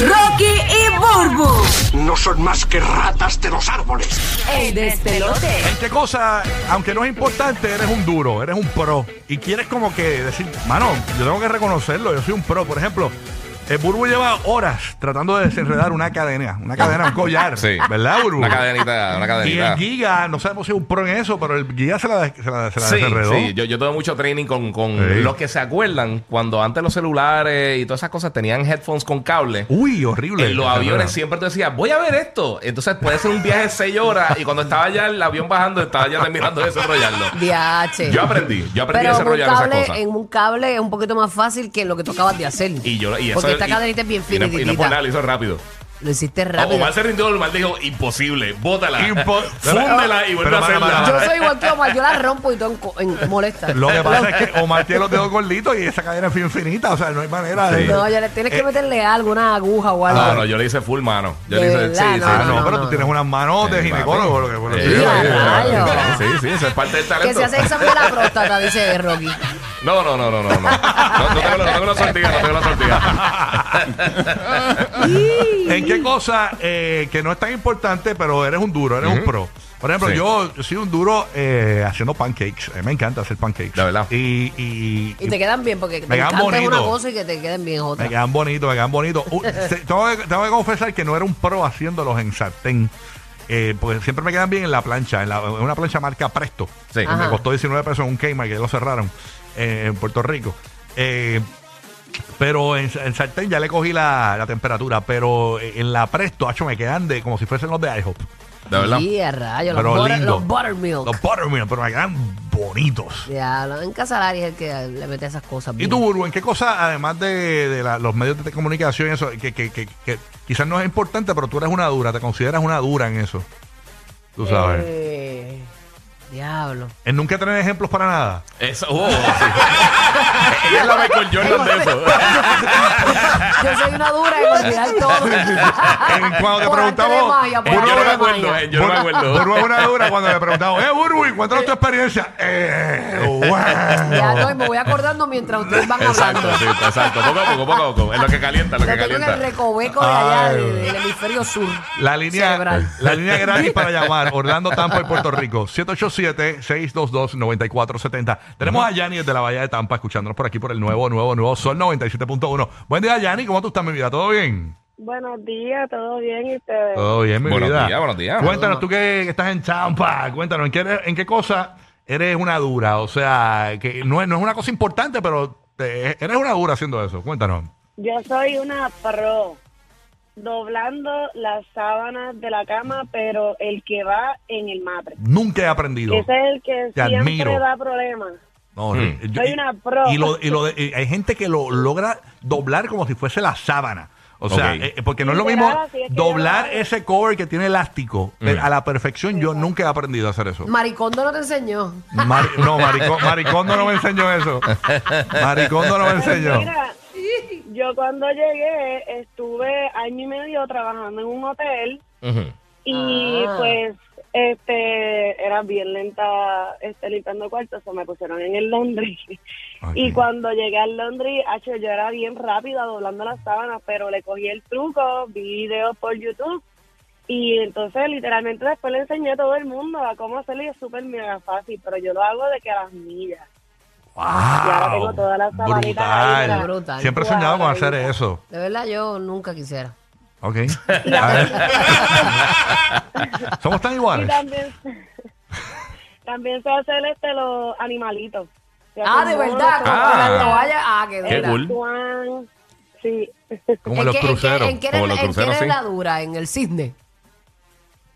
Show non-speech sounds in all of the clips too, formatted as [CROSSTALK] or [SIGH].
Rocky y Burbu, no son más que ratas de los árboles. el despelote. En qué cosa, aunque no es importante, eres un duro, eres un pro. Y quieres como que decir, mano, yo tengo que reconocerlo, yo soy un pro. Por ejemplo, el Burbu lleva horas tratando de desenredar una cadena, una cadena, un collar. Sí. ¿Verdad, Burbu? Una cadenita, una [LAUGHS] Y el cadenita. Giga, no sabemos si es un pro en eso, pero el Giga se la, se la, se la Sí, desenredó. sí, yo, yo tuve mucho training con, con Sí. los que se acuerdan cuando antes los celulares y todas esas cosas tenían headphones con cable. Uy, Uh, horrible. En los aviones siempre te decías, voy a ver esto. Entonces puede ser un viaje de 6 horas y cuando estaba ya el avión bajando, estaba ya terminando de desarrollarlo. Diache. Yo aprendí, yo Pero aprendí a en un, desarrollar esas cable, cosas. en un cable es un poquito más fácil que lo que tú acabas de hacer. Y yo, y eso- Porque esta y- cadenita es bien y no- Oh, Y no, por finitita. nada, lo hizo rápido. lo hiciste O rápido. Omar se rindió, Omar dijo, imposible, bótala. Impo- [LAUGHS] Fúndela y vuelve Pero a para, hacerla. para, Yo soy igual que Omar, yo la rompo y todo en co- en, molesta. [LAUGHS] Lo que pasa [LAUGHS] es que Omar tiene los dedos gorditos y esa cadena es infinita, o sea, no hay manera de... No, ya le tienes que meterle algo, una aguja o algo. Eh, Ah, No, no, yo le hice full mano. Yo De le hice, verdad, sí, no, sí. Ah, no, no, pero no, tú no. tienes unas manos de Eh, ginecólogo. Lo que, por lo que- Eh, Ya, eh, rayos. Sí, sí, eso es parte del talento. Que se hace el examen de la próstata, dice Rocky. [LAUGHS] No, no, no, no, no. No, no, no tengo, la- no tengo la sortija, no tengo la sortija. ¿En qué cosa eh, que no es tan importante, pero eres un duro, eres un pro? Por ejemplo, Sí. yo, yo soy un duro eh, haciendo pancakes. A mí me encanta hacer pancakes. La verdad. Y, y- Y te quedan bien, porque te quedan encanta una bonitos. cosa y que te queden bien me otra. quedan bonitos, me quedan bonitos. Uh, te- tengo, que, tengo que confesar que no era un pro haciéndolos en sartén. Eh, porque siempre me quedan bien en la plancha, en, la- en una plancha marca Presto. Sí. que Me Ajá. costó 19 pesos en un Kmart que ya lo cerraron eh, en Puerto Rico. Eh, pero en, en sartén ya le cogí la, la temperatura, pero en la Presto, hacho, me quedan de como si fuesen los de IHOP. De verdad. Y a rayos, los, Pero butter- lindo. los buttermilk. Los buttermilk, pero me quedan bonitos. Ya, lo- en Casalari es el que le mete esas cosas. ¿Y bien. tú, Burbu, en qué cosa, además de, de la- los medios de comunicación y eso, que, que- que- que quizás no es importante, pero tú eres una dura, te consideras una dura en eso? Tú sabes. Eh, diablo. En nunca tener ejemplos para nada. Eso, oh, sí. Ella es la Michael Jordan de eso. Yo soy una dura en olvidar [LAUGHS] todo. En cuando te Por arte de preguntamos, magia, por Burbu, arte Yo no me de acuerdo, magia. eh, yo no me acuerdo. Burbu es una dura cuando le preguntamos, eh, Burbu, cuéntanos tu experiencia. Eh, [LAUGHS] Ya bueno. no, y me voy acordando mientras ustedes van hablando. Exacto, sí, exacto. Poco a poco, poco a poco. En lo que calienta, en lo Lo que tengo en el calienta. recoveco de allá, Ay. de- del hemisferio sur. La línea, Cerebral. la línea gratis [LAUGHS] para llamar, Orlando Tampa y Puerto Rico, 787-622-9470. Tenemos a Yanni desde la Bahía de Tampa escuchándonos por aquí por el nuevo, nuevo, nuevo Sol 97.1. Buen día, Yanni, ¿cómo tú estás, mi vida? ¿Todo bien? Buenos días, ¿todo bien? ¿Y ustedes? Todo bien, mi Buenos vida. días, buenos días. Cuéntanos, tú que que estás en Tampa, cuéntanos, ¿en qué, eres- en qué cosa eres una dura? O sea, que no es, no es una cosa importante, pero eh, eres una dura haciendo eso. Cuéntanos. Yo soy una pro, doblando las sábanas de la cama, pero el que va en el matre. Nunca he aprendido. Ese es el que Te siempre admiro. da problemas. No, Mm. eh, Soy una pro. Y, lo, y lo de- y hay gente que lo logra doblar como si fuese la sábana. O sea, Ok. eh, eh, porque no es lo mismo Literal, así es que doblar yo lo hago. ese cover que tiene elástico. Mm. Eh, A la perfección yo nunca he aprendido a hacer eso. Maricondo no te enseñó. Mari- no, maricón, Maricondo no me enseñó [LAUGHS] eso. Maricondo no me enseñó. Mira, yo cuando llegué estuve año y medio trabajando en un hotel Ujú. y Ah. pues este era bien lenta este, limpiando cuartos, o me pusieron en el Londres. Y cuando llegué al Londres, hacho, yo era bien rápida doblando las sábanas, pero le cogí el truco, vi videos por YouTube y entonces literalmente después le enseñé a todo el mundo a cómo hacerlo y es súper mega fácil, pero yo lo hago de que a las millas. Y ahora ¡Wow! tengo todas las sabanitas ahí, Brutal. mira. Brutal. Siempre he Wow, soñado con hacer maravilla. eso. De verdad, yo nunca quisiera. Ok. A [LAUGHS] ver. Somos tan Y iguales. también, [LAUGHS] también sé hacer este, los animalitos. Se Ah, hacen de monos, verdad, se con Ah. la hacen toalla. Ah, qué dura. Qué cool. actuan. Sí. [LAUGHS] Como ¿En los qué- en qué- cruceros. ¿En qué Como eres- los en qué cruceros, eres sí. la dura? ¿En el cisne?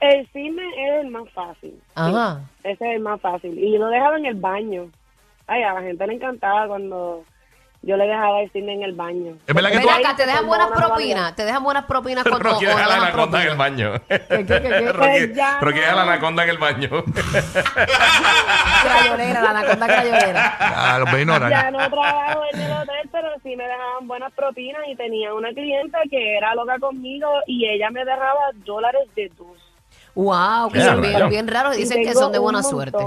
El cine es el más fácil. sí. Ajá. Ese es el más fácil. Y lo dejaba en el baño. Ay, a la gente le encantaba cuando yo le dejaba el cine en el baño. Eh, Es verdad que Ven tú. acá, te dejan buenas Una barbaridad. propinas. Te dejan buenas propinas con Rocky deja la anaconda en el baño. [LAUGHS] [LAUGHS] ¿Qué, qué, qué? Rocky, Pues ya Rocky deja no. la anaconda en el baño. Crayolera, la anaconda crayolera. Ah, los ve ignorar. Ya no trabajo en el hotel, pero sí me dejaban buenas propinas y tenía una clienta que era loca conmigo y ella me dejaba dólares de tus. Wow, que Ya, son rayo. bien, bien raros. Dicen que son de buena suerte.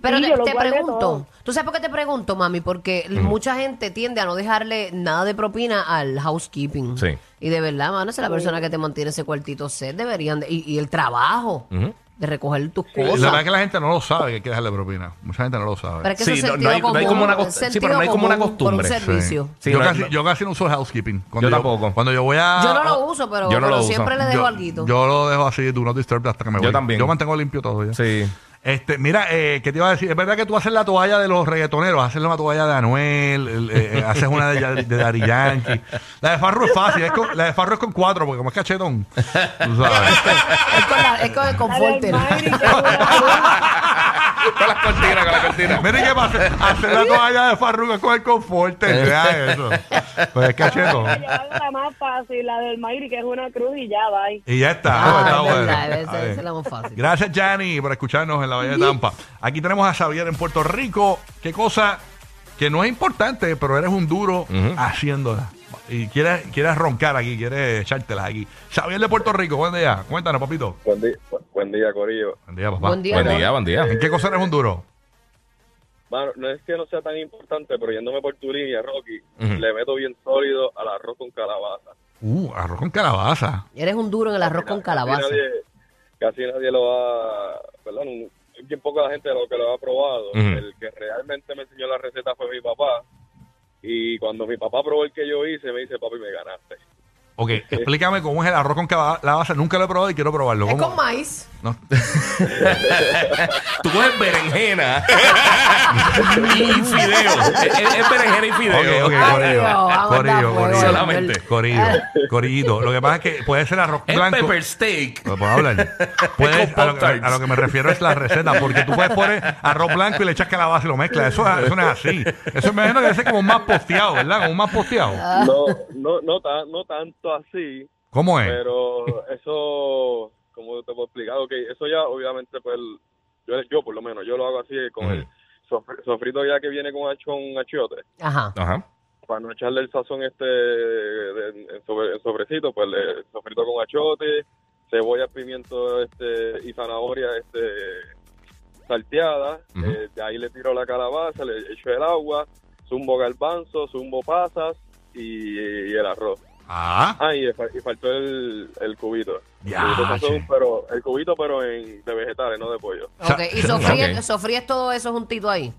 Pero Sí, te, yo lo te guardé pregunto, todo. ¿tú sabes por qué te pregunto, mami? Porque mucha gente tiende a no dejarle nada de propina al housekeeping. Sí. Y de verdad, mano, esa es la persona que te mantiene ese cuartito set, deberían, de- y, y el trabajo de recoger tus La cosas. verdad es que la gente no lo sabe que hay que dejarle propina. Mucha gente no lo sabe. Pero es que eso Sí, es no- no sentido hay- no hay como una común, cost- sí, pero sentido no hay como una común por un costumbre. Sí. servicio. Sí, yo, no, casi, no. yo casi no uso housekeeping. Yo tampoco. Cuando yo voy a. Yo no lo uso, pero, oh, Yo no pero lo uso. siempre le dejo yo, algo. yo lo dejo así, do not disturb hasta que me Yo voy. también. Yo mantengo limpio todo ya. Sí. Este, mira, eh, ¿qué te iba a decir? Es verdad que tú haces la toalla de los reggaetoneros, haces una toalla de Anuel, el- eh, haces una de, Ya- de Daddy Yankee. La de Farro es fácil, es con- la de Farro es con cuatro, porque como es cachetón. Tú sabes. [LAUGHS] Es con, la- es con el confort. [LAUGHS] con las cortinas, con las cortinas. Mira, ¿y qué pasa? Hacer la toalla de Farruko es con el confort, vea eso. Pues es cachetón. La más fácil, la del Mayri, que es una cruz y ya, bye. Y ya está. Ah, está es bueno. verdad, Está esa- bien. esa es la más fácil. Gracias, Jani, por escucharnos en la Bahía de Tampa. Aquí tenemos a Xavier en Puerto Rico. Qué cosa que no es importante, pero eres un duro haciéndola. Y quieres, quieres roncar aquí, quieres echártela aquí. Xavier de Puerto Rico, buen día. Cuéntanos, papito. Buen día, buen día, Corillo. Buen día, papá. Buen día, Buen amor. día, buen día. ¿En qué cosa eres un duro? Bueno, no es que no sea tan importante, pero yéndome por tu línea, Rocky, le meto bien sólido al arroz con calabaza. Uh, arroz con calabaza. Eres un duro en el arroz con calabaza. Casi nadie, casi nadie lo ha, ¿verdad? Un- Bien poca la gente lo que lo ha probado. Ujú. El que realmente me enseñó la receta fue mi papá. Y cuando mi papá probó el que yo hice, me dice, papi, me ganaste. Ok, explícame cómo es el arroz con calabaza. Nunca lo he probado y quiero probarlo. Es ¿Cómo? con maíz. No. Tú coges berenjena y fideo. Es, es- es berenjena y fideo. Ok, ok, Ay, corillo, Dios, vamos a andar corillo, fuego, corillo. Solamente. Corillo, corillito. Lo que pasa es que puede ser arroz El blanco. pepper steak. Pues, puedo hablar. Puedes- a, lo, que- a lo que me refiero es la receta, porque tú puedes poner arroz blanco y le echas calabaza y lo mezclas. Eso, eso no es así. Eso me imagino que es como más posteado, ¿verdad? Como más posteado. Ah. No, no, no, tan- no tanto así, ¿Cómo es? Pero eso, como te puedo explicar, ok, eso ya obviamente pues el- yo, yo por lo menos, yo lo hago así con el sofr- sofrito ya que viene con hacho- con achiote, Ajá. Ajá. para no echarle el sazón este de- en, sobre- en sobrecito, pues el sofrito con achiote, cebolla, pimiento este y zanahoria este salteada, Ujú. eh, de ahí le tiro la calabaza, le echo el agua, zumbo garbanzo, zumbo pasas y- y el arroz. Ah, Ah, y, fa- y faltó el, el cubito. El Ya, cubito sazón, che. pero, el cubito, pero en, de vegetales, no de pollo. Sa- Ok, Y sofríes, Ok. sofríes todo eso juntito ahí.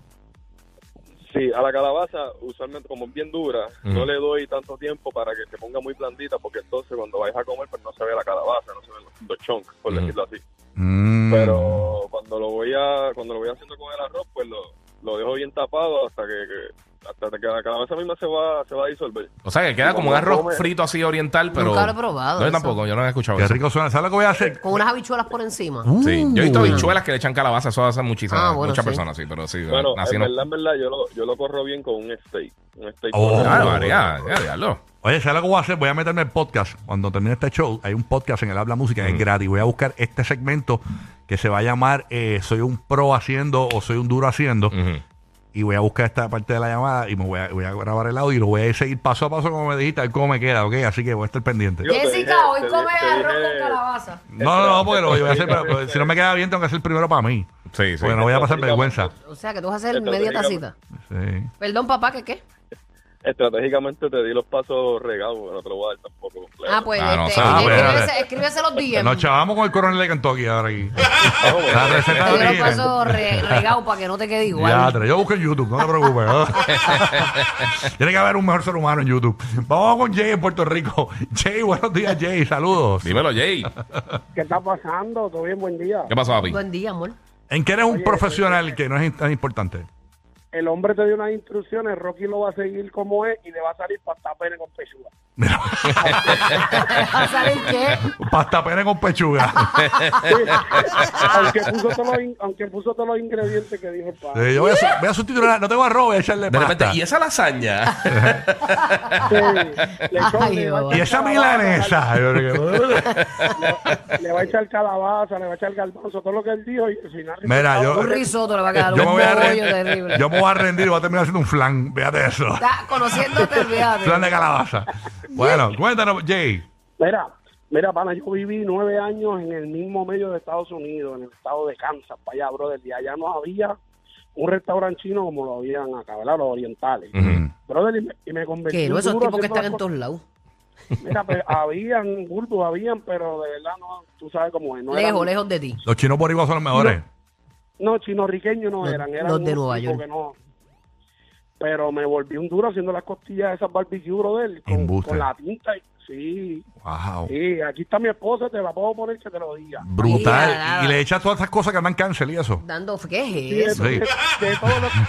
Sí, a la calabaza, usualmente como es bien dura, Ujú. no le doy tanto tiempo para que se ponga muy blandita, porque entonces cuando vais a comer, pues no se ve la calabaza, no se ven los, los chunks, por Ujú. decirlo así. mm. Pero cuando lo voy a cuando lo voy haciendo con el arroz, pues lo, lo dejo bien tapado hasta que, que- hasta que la calabaza misma se va, se va a disolver. O sea, que queda como un arroz frito así oriental, pero. Nunca lo he probado No, yo eso. tampoco, yo no he escuchado Qué eso. rico suena. ¿Sabes lo que voy a hacer? Con unas habichuelas por encima. Sí, yo he visto Uh. habichuelas que le echan calabaza, eso hacen muchísimas, Ah, bueno, muchas sí. personas, sí, pero sí, Bueno, así en no. verdad, en verdad, yo lo, yo lo corro bien con un steak. Un steak Oh. con- Ah, María, ya, diablo. Oye, ¿sabes lo que voy a hacer? Voy a meterme en podcast. Cuando termine este show, hay un podcast en el Habla Música Mm. que es gratis. Voy a buscar este segmento que se va a llamar eh, Soy un pro haciendo o Soy un duro haciendo. Ujú. Y voy a buscar esta parte de la llamada y me voy a, voy a grabar el audio y lo voy a seguir paso a paso como me dijiste, a ver cómo me queda, ¿ok? Así que voy a estar pendiente. Yo te dije- Jessica, hoy te come dije- te arroz con dije- calabaza. No, no, no, porque lo voy a hacer, Espera, pero, pero si no me queda bien, tengo que hacer primero para mí. Sí, sí. Porque no voy a pasar vergüenza. O sea, que tú vas a hacer Entonces, media dígame. tacita. Sí. Perdón, papá, ¿qué qué? Estratégicamente te di los pasos regados, no te lo voy a dar tampoco. completo. Ah, pues, Ah, no, este, o sea, ah, pues, escríbese, dale. escríbese los días. Nos chavamos con el coronel de Kentucky ahora [LAUGHS] aquí. Ah, La receta Yo lo original. paso re- regado para que no te quede Ya, igual. tra- yo busco en YouTube, no te preocupes. [LAUGHS] ¿no? Tiene que haber un mejor ser humano en YouTube. Vamos con Jay en Puerto Rico. [LAUGHS] Jay, buenos días, Jay. Saludos. Dímelo, Jay. ¿Qué está pasando? ¿Todo bien? Buen día. ¿Qué pasó, papi? Buen día, amor. [LAUGHS] ¿En qué eres un profesional que no es tan importante? el hombre te dio unas instrucciones, Rocky lo va a seguir como es y le va a salir pasta pene con pechuga. Mira, [LAUGHS] Ah, ¿Sabes qué? pasta pene [LAUGHS] con pechuga. aunque, puso todos los in- aunque puso todos los ingredientes que dijo el padre. Eh, yo voy a, su- voy a subtitular, no tengo arroba, voy a echarle De repente, pasta. ¿y esa lasaña? Sí, le, echó- Ay, le va a echar Dios. Y esa calabaza, [LAUGHS] milanesa. Le, le va a echar calabaza, le va a echar garbanzo, todo lo que él dijo y al final... Mira, yo, Un risotto le va a quedar eh, yo un me voy a bollo rendir, terrible. yo me voy a rendir y voy a terminar haciendo un flan. Fíjate eso. Está conociéndote, olvídate. Flan de calabaza. [LAUGHS] Bueno, cuéntanos, Jay. Mira, mira, pana, yo viví nueve años en el mismo medio de Estados Unidos, en el estado de Kansas, para allá, brother, y allá no había un restaurante chino como lo habían acá, ¿verdad? Los orientales. Brother, y me, y me convertí Que no, en esos duro tipos que haciendo están en las todos lados. cosas. Mira, pues, habían, bultos habían, pero de verdad no, tú sabes cómo es. No eran- Lejos, lejos de ti. Los chinos boricuas son los mejores. No, chinorriqueños no Los- eran, eran los de unos Nueva tipos York. que no. Pero me volví un duro haciendo las costillas de esas barbecue, brother, con, Embuste. con la tinta. y- sí, Wow. sí, aquí está mi esposa, te la puedo poner que te lo diga. Brutal. Mira, nada. y le echas todas esas cosas que andan cancel y eso. Dando, ¿qué Sí, es de, eso? Sí. de- de todo lo que,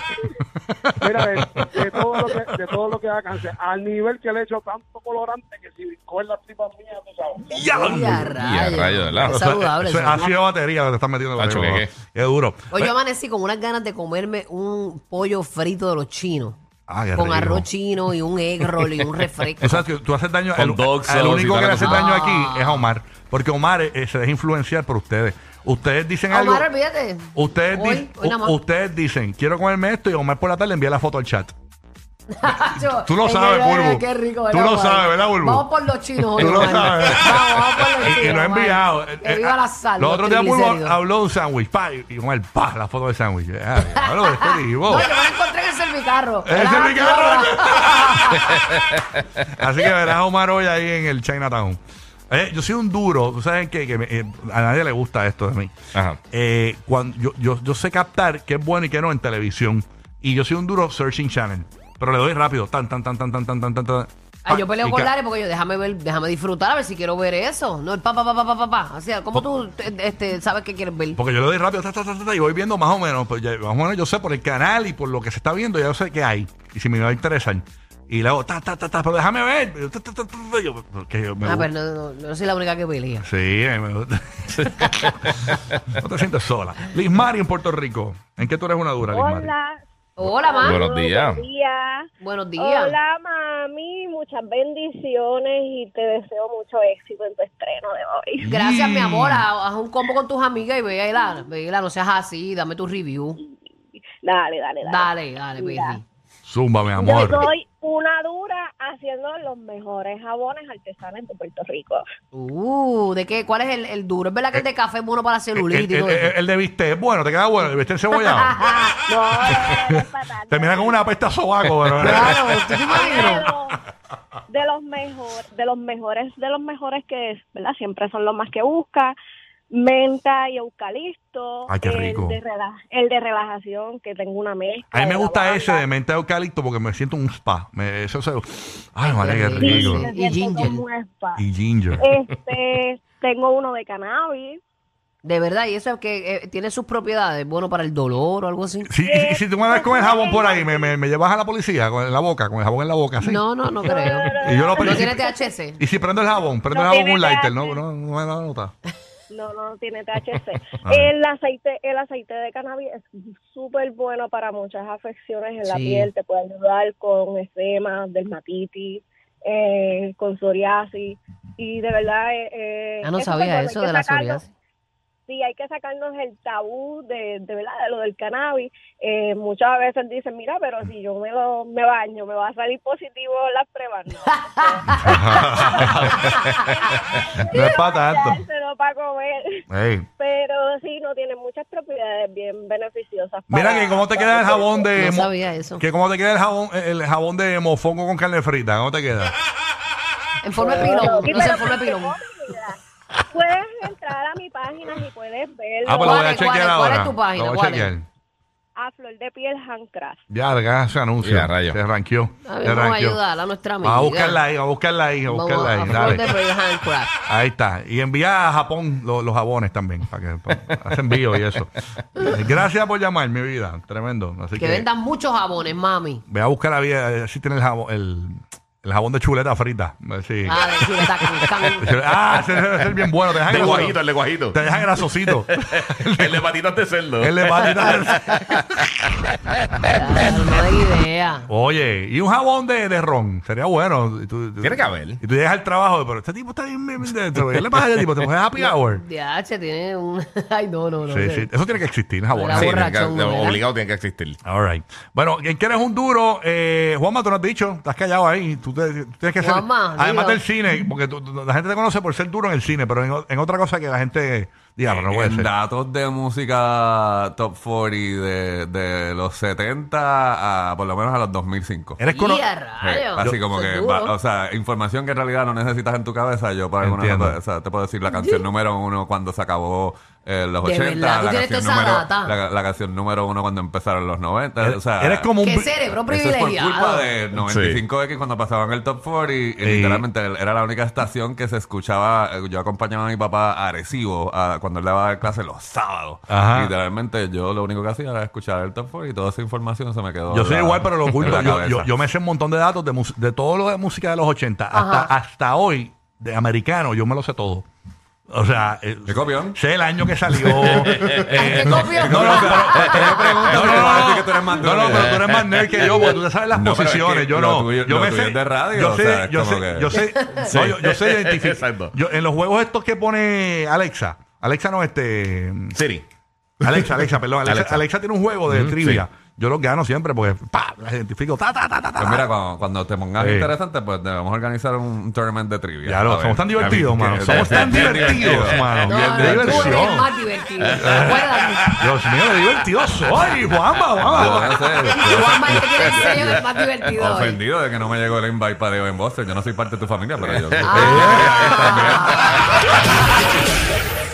mira, de, de todo lo que, de todo lo que da cáncer, al nivel que le he hecho tanto colorante que si coge las tripas mías, tú sabes. Y a rayos. rayos, ¿verdad? Es saludable. Eso eso. es ácido de batería que te están metiendo. Tacho, contigo. que- Qué duro. Pues, Hoy yo amanecí con unas ganas de comerme un pollo frito de los chinos. Ah, qué con rico. arroz chino y un egg roll y [LAUGHS] un refresco. Tú sabes que tú haces daño. Con El, dog el sauce y único toda que la le hace cosa. daño aquí es a Omar. Porque Omar eh, se deja influenciar por ustedes. Ustedes dicen algo. Omar, olvídate. Ustedes, Hoy, di- hoy nada más. u- [LAUGHS] ustedes dicen, quiero comerme esto y Omar por la tarde envía la foto al chat. Nacho, tú lo es que, sabes, ay, Bulbu. ay, Qué rico, Tú ¿verdad, lo Omar? sabes, ¿verdad, Bulbu? Vamos por los chinos hoy, Tú lo Omar. sabes. [LAUGHS] Vamos, vamos por los chinos. Y, y lo ha Omar. enviado. eh, Que viva la sal. Los otros días Bulbo triglicéridos. habló de un sándwich. pa, Y y Omar, pa, la foto del sándwich. Eh, Ay, diablo, este tipo. No, yo me la encontré en el servicarro. Ese Era- es mi carro. [LAUGHS] Así que verás a Omar hoy ahí en el Chinatown. Eh, yo soy un duro, tú sabes que, que me- eh, a nadie le gusta esto de mí. Ajá. Eh, cuando, yo, yo, yo sé captar qué es bueno y qué no en televisión. Y yo soy un duro searching channel. Pero le doy rápido. Tan, tan, tan, tan, tan, tan, tan, tan, tan. Ay, yo peleo Ah, Y con ca- Lari porque yo déjame ver, déjame disfrutar a ver si quiero ver eso. No, el pa, pa, pa, pa, pa, pa, pa. O sea, ¿cómo tú te- este, sabes que quieres ver? Porque yo le doy rápido ta, ta, ta, ta, ta, y voy viendo más o menos. Pues ya, más o menos yo sé por el canal y por lo que se está viendo, ya yo sé qué hay. Y si me va a interesar. Y le hago, ta, ta, ta, ta, pero déjame ver. Yo, ta, ta, ta, ta, ta, yo, porque yo me Ah, gusta. pero no, no, no soy la única que pelea. Sí, a mí me gusta. no te sientes sola. Liz Mari en Puerto Rico. ¿En qué tú eres una dura, Liz Mari? Hola. Hola, ma. Bueno. Buenos días. días. Buenos días. Hola, mami. Muchas bendiciones y te deseo mucho éxito en tu estreno de hoy. Gracias, mi Mm. amor. Haz haz un combo con tus amigas y vela, vela, no seas así, dame tu review. Dale, dale, dale. Dale, dale, baby. Zumba, mi Yo amor. soy una dura haciendo los mejores jabones artesanos de Puerto Rico. Uh, ¿de qué? ¿Cuál es el, el duro? ¿Es verdad que el de café es bueno para la Eh, El, celulitis y el- todo eso? el- el de viste es bueno, te queda bueno. El [LAUGHS] viste encebollado. No, no, no, no, es fatal. Termina con una pesta a sobaco. pero- [LAUGHS] Claro, ¿tú te De imaginas? los- de los mejores, de los mejores, de los mejores que, ¿verdad? Siempre son los más que busca. Menta y eucalipto. Ay, qué rico. El de, rela- el de relajación, que tengo una mezcla. A mí me de gusta lavanda. ese de menta de eucalipto porque me siento un spa. Me, eso, eso- ay, madre, qué Sí, rico. me Y siento ginger. como un spa. Y ginger. Este, tengo uno de cannabis. [LAUGHS] De verdad, y eso es que eh, tiene sus propiedades, bueno para el dolor o algo así. Si, si, si tú me ves con el jabón por ahí, me, me, me llevas a la policía con en la boca, con el jabón en la boca, así. No, no, no creo. Y yo ¿No lo prendo- tiene THC? Y si prendo el jabón, prendo No el jabón con tiene un lighter, no, THC. no, no me da nota. No, no [LAUGHS] tiene THC. Ah. el aceite, el aceite de cannabis es súper bueno para muchas afecciones en la Sí. piel. Te puede ayudar con eczema, dermatitis, eh, con psoriasis. Y de verdad, eh, eh, Ah, no es súper bueno. sabía eso Hay que de la sacarlo- psoriasis. Sí, hay que sacarnos el tabú de, de, verdad, de lo del cannabis. Eh, muchas veces dicen, mira, pero si yo me lo me baño, me va a salir positivo las pruebas. No, [LAUGHS] [LAUGHS] no es para tanto. dárselo para comer. Ey. Pero sí, no tiene muchas propiedades bien beneficiosas. Mira para- que cómo te queda el jabón de No mo- sabía eso. que cómo te queda el jabón el jabón de mofongo con carne frita, ¿cómo te queda? En forma de Sí, pilón, no pero se en forma de porque pilón. no, mira, Puedes entrar a mi página y puedes verlo. Ah, pues la voy ¿Cuál a es, cuál chequear es, cuál es ahora. tu página? La voy a ¿Cuál es? chequear. a flor de piel handcraft. Ya, ya se anuncia. Ya, rayo. Se ranqueó. A se ver, vamos a ranqueó. ayudar a nuestra amiga. Va a buscarla ahí, va a buscarla ahí, va a Vamos buscarla a ahí. Flor de dale. Piel Handcraft. Ahí está. Y envía a Japón lo- los jabones también, para que pa- hace envío y eso. Eh, Gracias por llamar, mi vida. Tremendo. Así Que vendan muchos jabones, mami. Ve a buscar a ver si tiene el jabón, el, el jabón de chuleta frita. A ver si- Ah, de chuleta con can. Ah, ese debe ser bien bueno. Te dejan El de graso- guajito, el de [LAUGHS] guajito. Te dejan grasosito. el de patitas de cerdo. Él le va a tirar- Ya, No hay idea. Oye, y un jabón de, de ron. Sería bueno. Y tú- tú- Tiene que haber. Y tú llegas al trabajo, pero este tipo está bien, bien bien dentro. ¿Qué le pasa a este tipo? ¿Te pones happy hour? DH tiene un. Ay, no, no, no. Sí, sé. sí. Eso tiene que existir, jabón. Era Sí, tiene que- borrachón, ¿no? obligado tiene que existir. All right. Bueno, quien quieres un duro, eh, Juanma, tú no has dicho, estás callado ahí. Tú, te- tú tienes que ser- Juanma, además dilo. del cine, porque tú- tú- la gente te conoce por ser duro en el cine, pero en, o- en otra cosa que la gente diga, no puede en ser. datos de música top 40 de, de los 70 a por lo menos a los 2005. Eres cono- Y a Sí, rayos. así Yo- como eso es que, duro. va- o sea, información que en realidad no necesitas en tu cabeza. Yo, por alguna Entiendo. razón, o sea, te puedo decir la canción [LAUGHS] número uno cuando se acabó eh, los De 80, verdad, tú la, tienes canción toda esa número, data. la, la canción número uno cuando empezaron los 90. Eres- o sea, eres como un. Qué bi- cerebro eso es por privilegiado. culpa de 95X cuando pasaban el Top 40 y, y Sí. literalmente era la única estación que se escuchaba. eh, Yo acompañaba a mi papá a Arecibo a- cuando él daba clase los sábados. Ajá. Literalmente yo lo único que hacía era escuchar el Top 40 y toda esa información se me quedó. Yo en soy la- igual, [LAUGHS] pero lo en oculto. la Yo, cabeza. yo- yo me sé un montón de datos de, mus- de todo lo de música de los 80 Ajá. hasta, hasta hoy, de americano, yo me lo sé todo. O sea, eh, ¿Qué copión? sé el año que salió. [LAUGHS] eh, ¿Qué copión? No, no, pero- Te pregunto, No, no, te no, parece no. que tú eres más No, no, duro. pero tú eres más nerd que yo, porque tú te sabes las No, pero es posiciones. que yo lo no. tuyo- yo lo me tuyo sé. es de radio, yo o sé, sea, es yo como sé, que- yo [LAUGHS] sé. no, yo, yo sé identificar. Exacto. Yo- en los juegos estos que pone Alexa. Alexa no, este. Siri. Alexa, Alexa, perdón. Alexa, Alexa. Alexa tiene un juego de trivia. Yo los gano siempre porque pa, las identifico. Ta, ta, ta, ta, ta. Pues mira, cuando, cuando te pongas Sí. interesante, pues debemos organizar un, un tournament de trivia. Ya lo, A ver, somos tan a ver, divertidos, que- mano. que- Somos tan bien divertidos, divertido. mano. No, no, De tú diversión. eres el más divertido. Acuérdate. Dios mío, de divertido soy, Juanma, Juanma. Yo no sé, yo- Juanma, yo te quiero decir yo que el más divertido. hoy. [LAUGHS] Ofendido de que no me llegó el invite para Dios en Boston. Yo no soy parte de tu familia, pero yo. Ah.